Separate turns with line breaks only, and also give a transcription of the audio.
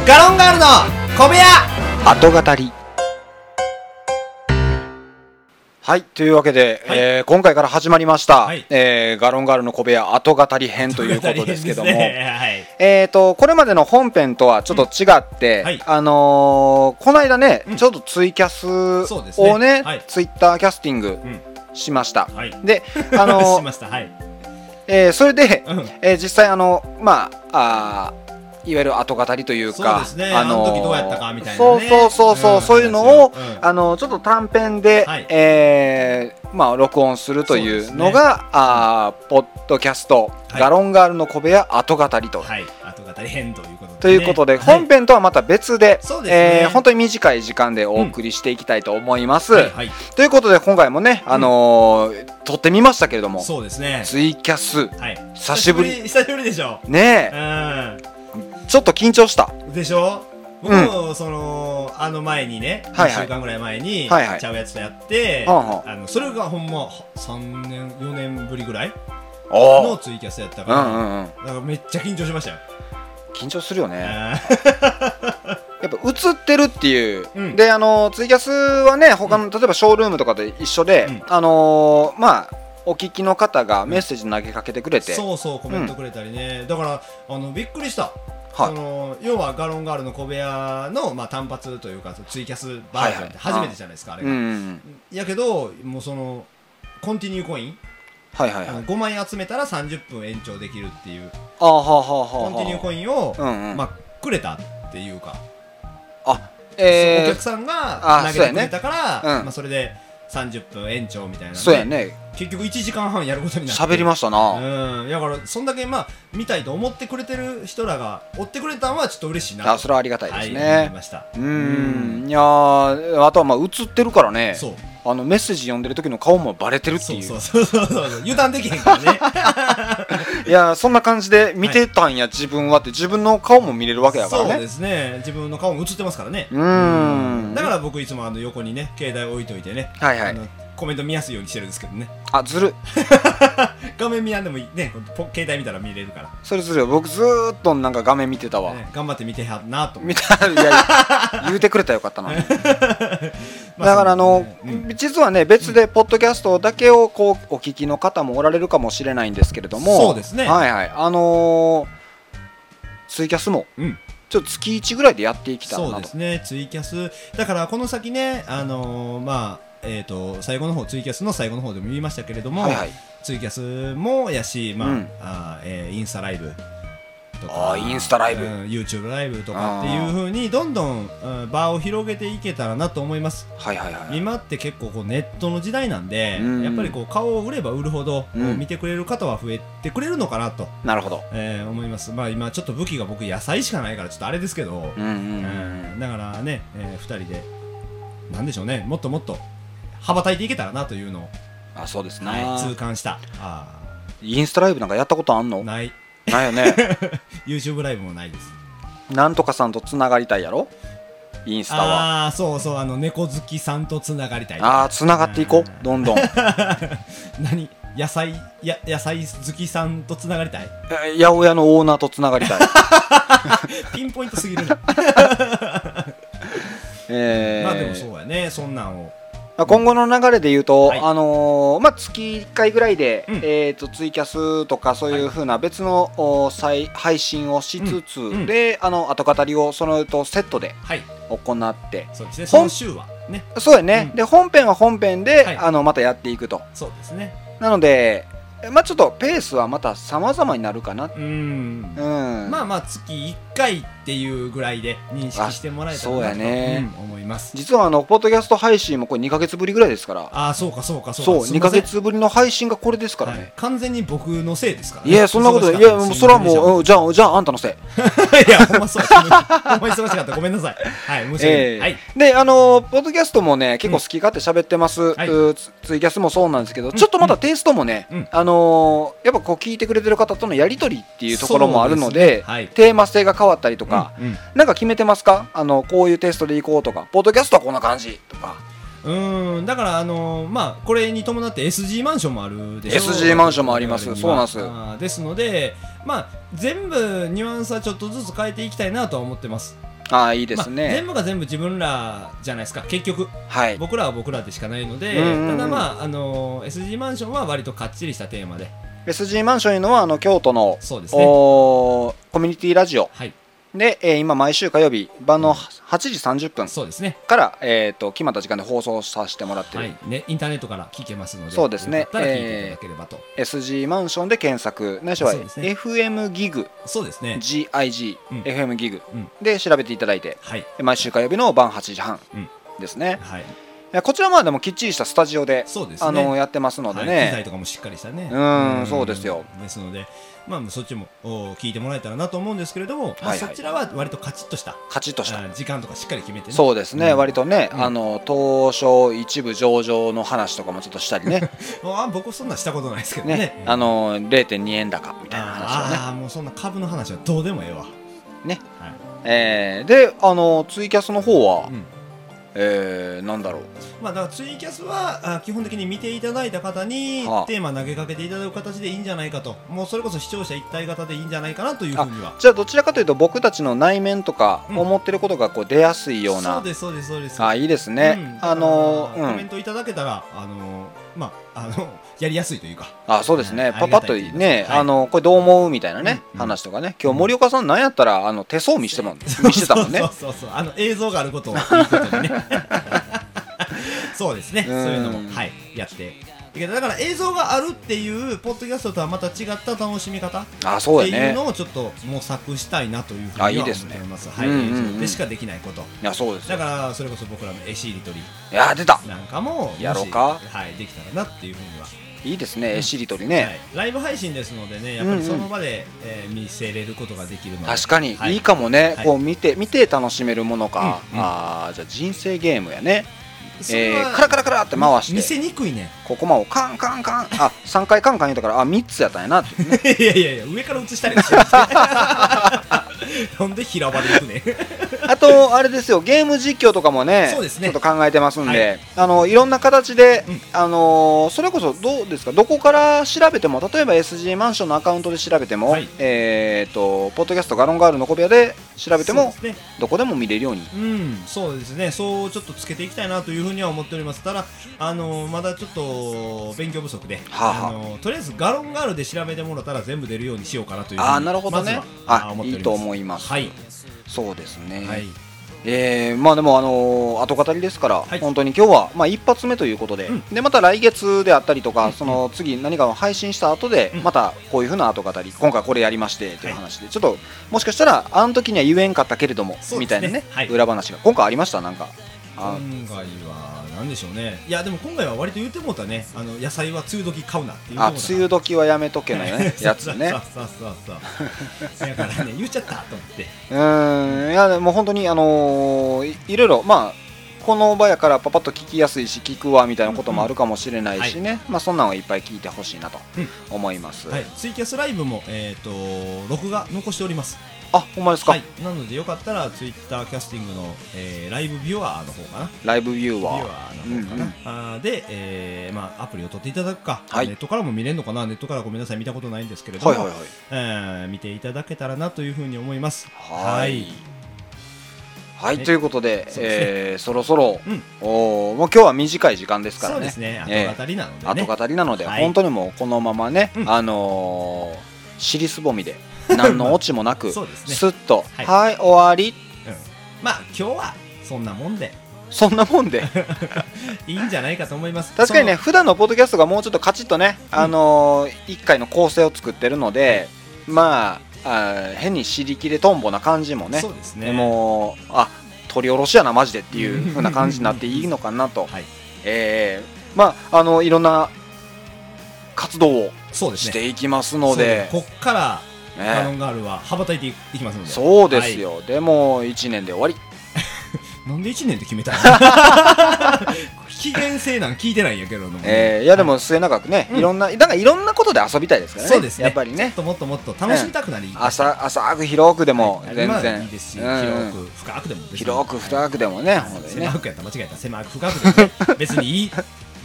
の小部屋
後語りはいというわけで、
はい
えー今回から始まりました、
はい
えーガロンガールの小部屋後語り編ということですけど も、
大変ですねはい
えー、とこれまでの本編とはちょっと違って、
うんはい
あのーこの間ね、
うん
ちょっとツイキャス
そうです
を
ね
ね
はい
ツイッターキャスティング
うん
しました、
はい
で、あ
し
のー
ましたはい
えーそれで、
うん
えー実際あのまああーいわゆる後語りというか
そうですね
ー
あの時どうやったかみたいなね
そうそうそうそう、
うん
そういうのを、
うん
あのちょっと短編で、
はい
えーまあ、録音するとい
そう
う
ですね
のがあーポッドキャスト、
はい
ガロンガールの小部屋後語りと、
はい後が大変ということでね
ということで、
はい
本編とはまた別で,、
そうですね
えー本当に短い時間でお送りしていきたいと思います。
はいはい
ということで今回もね、あのー撮ってみましたけれども
そうですね
ツイキャス
はい
久しぶり
久しぶりでしょ
ねえ、
う
ちょっと緊張した。
んでしょ僕
うん
もそのあの前にね
はい
2
はい
週間ぐらい前にち
はいはい
ゃうやつとやって
はんは
あのそれがほんま3年4年ぶりぐらい
お
のツイキャスやった
う
か
んう
ら
んうん
だからめっちゃ緊張しましたよ
緊張するよね。
あ
やっぱ映ってるっていう、
うん
であのツイキャスはね他の例えばショールームとかで一緒で、
うん
あのーまあお聞きの方がメッセージ投げかけてくれて、
そうそうコメントくれたりね、だからあのびっくりし
は
た、
い
その要はガロンガールの小部屋の、まあ、単発というかツイキャスバージョンって
はい
初
はい
めてじゃないですか、あれ
う
が、
ん
やけどもうそのコンティニューコイン、
はいはいは
あ
い
の5枚集めたら30分延長できるっていう
あはあはあはあ
コンティニューコインを、
うんうん
まあ、くれたっていうか、
あえ
そう
ー
お客さんが
あ
投げてくれたから
そうやねうん
まあ、それで30分延長みたいな
そうやね
結局1時間半やることになって
喋りましたな、
うん、だからそんだけまあ見たいと思ってくれてる人らが追ってくれたのはちょっと嬉しいな
あそれはありがたいです
はい、思い
ね、
ました
うーんいやーあとはまあ映ってるからね
そう
あのメッセージ読んでる時の顔もバレてるって
そ
いうう
そうそうそうそう油断できへんからね
いやーそんな感じで見てたんや、自分はって自分の顔も見れ るわけだからね
そうですね自分の顔も映ってますからね
うーん
だから僕いつもあの横にね携帯置いといてね、
はいは
あ
い
のコメント見やすいようにしてるんですけどね
あずるい
画面見やんでもいいねポ携帯見たら見れるか
それずるい僕ずーっとなんか画面見てたわ、
ら、ね、頑張って見てはんなと思って
見たいやいや 言うてくれたらよかったな、
まあ
だからあの、
そうですね
実はね別でポッドキャストだけをこうお聞きの方もおられるかもしれないんですけれども
そうですね
はいはいあのーツイキャスも
うん、うん
ちょっと月1ぐらいでやっていきたら
そう
な
で
と
すねツイキャスだからこの先ねあのーまあえー、と最後の方ツイキャスの最後の方でも言いましたけれども、
はいはい
ツイキャスもやし、まあ
うん
あーえーインスタライブと
あーインスタライブ
うん YouTube ライブとかっていうふうにどんどん、うん、場を広げていけたらなと思います
はいはいはい
今って結構こうネットの時代なんで、
うん
やっぱりこう顔を売れば売るほど、こう
うん
見てくれる方は増えてくれるのかなと、
なるほど
えー思いますまあ今ちょっと武器が僕野菜しかないからちょっとあれですけど、
うんうん
うんだからね、え2人でなんでしょうねもっともっと羽ばたいていけたらなというのを、
あそうですね、
はい、痛感したあ
インスタライブなんかやったことあん
ー
のな
ない
いよ ね
YouTube ライブもないです
なんとかさんとつながりたいやろインスタは
ああそうそうあの猫好きさんとつながりたい
ああつながっていこうどんど ん
何野菜や野菜好きさんとつながりたい
八百屋のオーナーとつながりたい
ピンポイントすぎるな、
えー
まあでもそうやねそんなんを
まあ今後の流れで言うと、
はい
あのーまあ、月1回ぐらいで、
うん
えー、とツイキャスとかそういうふうな別の、お再配信をしつつ、
うん
であの後語りをそのとセットで
はい
行って
そうですね
ほん
今週はね
そうやね、
うん
で本編は本編で、
はい
あのまたやっていくと
そうですね
なので、えまあ、ちょっとペースはまた様々になるかな、
うーん
うん
まあまあ月1回っていうぐらいで認識してもらえたら
あ
な
そう
と、
やね
うん思います
実はあのポッドキャスト配信もこれ2か月ぶりぐらいですから
ああそうかそうか
そう
かす
2
いま
か
せん
月ぶりの配信がこれですからね、
はい完全に僕のせいですから、
いや、そんなことない。いや、もう、それはもう、うんじゃあ、じゃあ、あんたのせい。
う いやほんまそうほんま忙しかったごめんなさいはい申し訳ない、
ええ
はい
で、あのーポッドキャストもね、結構好き勝手喋ってます。う
はい
ーツツイキャスもそうなんですけど、ちょっとまたテイストもね、
うん
あのーやっぱこう聞いてくれてる方とのやりとりっていうところもあるの
そうで
で、
すねはい
テーマ性が変わったりとか、
うんうん
なんか決めてますかあの、こういうテイストでいこうとか、ポッドキャストはこんな感じとか、
うーんだからあのーまあこれに伴って SG マンションもあるでしょ
SG マンションもありますそうなんです
あーですのでまあ全部ニュアンスはちょっとずつ変えていきたいなとは思ってます
ああいいです
まあ、全
ね、
部が全部自分らじゃないですか結局
はい
僕らは僕らでしかないので、
うんうんうん
ただまああの SG マンションは割とかっちりしたテーマで
SG マンションいうのはあの京都の、
そうですね
おーコミュニティラジオ
はい
で、えー今毎週火曜日晩の8時30分
そうですね
から、えー、と決まった時間で放送させてもらってる、
はいねインターネットから聞けますので
そうですね
よかったら聞いていただければと、
SG マンションで検索ないしは
そうですね
FM ギグ
そうですね
GIG、
うん
FM ギグ
うん
で調べていただいて
はい
毎週火曜日の晩8時半
うん
ですね、
はい
いやこちらまでもきっちりしたスタジオで
そうですね
あのやってますの
は
で
い、機材
ね、
とかもしっかりしたね
うんそうですよ
ですのでまあそっちもお聞いてもらえたらなと思うんですけれども、まあ
はいはい
そちらは割とカチッとした
カチッとした、
あー時間とかしっかり決めてね
そうですね、
うん
割とね、
うん
あの東証一部上場の話とかもちょっとしたりね
あー僕そんなしたことないですけどね
ねあの0.2円高みたいな話をね
ああーもうそんな株の話はどうでもええわ
ね、
はい
えーであのツイキャスの方は、
うん
えーなんだろう
まあ、だからツイキャスはあ基本的に見ていただいた方に
はあ
テーマ投げかけていただく形でいいんじゃないかともうそれこそ視聴者一体型でいいんじゃないかなというふうには
じゃあどちらかというと僕たちの内面とか
うん
思ってることがこう出やすいような、
そうですそうですそうです
あいいですね、あの
うん
う
コメン
ん
トいただけたらあのまああの やりやすいというか
あそうです
は
ね
い
パパッと
ありがたいと言い
ね
ますかはい
あのこれどう思うみたいなね、
うん
話とかね今日森岡さんなんやったらあの手相見しても見してたもんね
そうそうそうそうあの映像があることをいいこ とにねそうですね
ん
そういうのもはいやってだけどだから映像があるっていうポッドキャストとはまた違った楽しみ方
あそう
ってい
や
う
ね
のをちょっと模索したいなというふうには
あ
思
いい
って
で
い
すね
ます。はい、
うんうんうん
映像でしかできないこと。
いやそうです
だ
よ
からそれこそ僕らの絵しりとり
いや出た
なんかも
やろう
もし
か
はい、できたらなっていうふうには、
いいですねしりとりね、
はい、ライブ配信ですのでねやっぱり
うんうん
その場で、えー見せれることができるので
確かに、、
はい
いかもね、
はい
こう見て見て楽しめるものか、
うんうん
あーじゃあ人生ゲームやね、
それ
え
は
ー、カラカラカラって回
見
して
せにくいね
ここまをカンカンカンあ3回カンカン言うたからあ3つやったんやなっていうね
いやいやいや上から映したりもしてるんです ねほんで平場でいくね
あとあれですよゲーム実況とかもね
そうですね
ちょっと考えてますんで、、
はい
あのいろんな形で、
うん
あのーそれこそどうですかどこから調べても例えば SG マンションのアカウントで調べても、
はい
えっ、とポッドキャストガロンガールの小部屋で調べても
そうですね
どこでも見れるように
うん、そうですね、そうちょっとつけていきたいなというふうには思っております、ただ、あのまだちょっと勉強不足で、
はあはあ
のとりあえずガロンガールで調べてもらったら全部出るようにしようかなというふうに
ああなるほどね、
まずはあ
あ
思っており
い
ます
いと思います、
はい、
そうですね、
はい、
えーまあでも、あのー後語りですから、
はい
本当に今日は、まあ、一発目ということで、
うん
でまた来月であったりとか、その次、何かを配信した後で、
うん
またこういうふうな後語り、今回これやりましてという話で、ちょっともしかしたら、あの時には言えんかったけれども、
そうですね
みたいなね、
はい
裏話が、今回ありました、なんか、あ
今回はなんでしょうね、いや、でも今回は割と言ってもうたね、あの野菜は梅雨時買うなっていう
あ
とこ
梅雨時はやめとけ
だ
の
から
ねやつね
そ。うそうそうそう、だからね、言っちゃったと 思って、
うーん、いや、でも本当に、あのーいいろいろ、まあ、この場やからパパッと聞きやすいし、聞くわみたいなこともあるかもしれないしね、まあ、そんなんをいっぱい聞いてほしいなと
うん
思います。
はい、ツイキャスライブも、えっ、と、録画残しております。
あ、ほんまですか、
はい、なのでよかったらツイッターキャスティングの、えーライブビュアーの方かな
ライブビュー
ビュ
は。
アーの方かな、
うんうん
あーで、えーまあ、アプリを取っていただくか、
はい
ネットからも見れるのかなネットからごめんなさい見たことないんですけれども、
はいはいはい。
えー見ていただけたらなというふうに思います
はい。はい、
ね
ということで、
そうですね
えーそろそろ、
うん
おーもう今日は短い時間ですか
そ
ら
うで
ね
す。ね
ええ
後語りなのでね、
後語りなので、
はい
本当にもうこのままね、
うん
あのー、尻すぼみで、何のオチもなく、す
そうですね、
っと、
はい
はい、終わり、
うんまあ今日はそんなもんで
そんなもん で、
いいんじゃないかと思います
確かにね、普段のポッドキャストがもうちょっとカチッとね、あのー、一回の構成を作ってるので、まあ、あー変に尻切れトンボな感じも
その
ね、
そうですね
でもあ取り下ろしやなマジでっていう風な感じになっていいのかなと、
はい
えーまああのいろんな活動を
そうです
し
ね
ていきますので
そうですこっから
ね
ガロンガールは羽ばたいていきますので
そうですよ、でも1年で終わり
なんで1年で決め たの期限制なん聞いてないんやけれども、
えーいやでも末永くね、
うん
いろんななんかいろんなことで遊びたいですからね
そうですね
やっぱり
ちょっ
ね
ともっともっと楽しみたくなり、
浅浅く広くでも
はい
全
まあ
然、
いいですし、
うん
広く深くでも別に
広く
は
深くでもね、
い
本当にね
狭くやった間違えた狭く深くでもね別にいい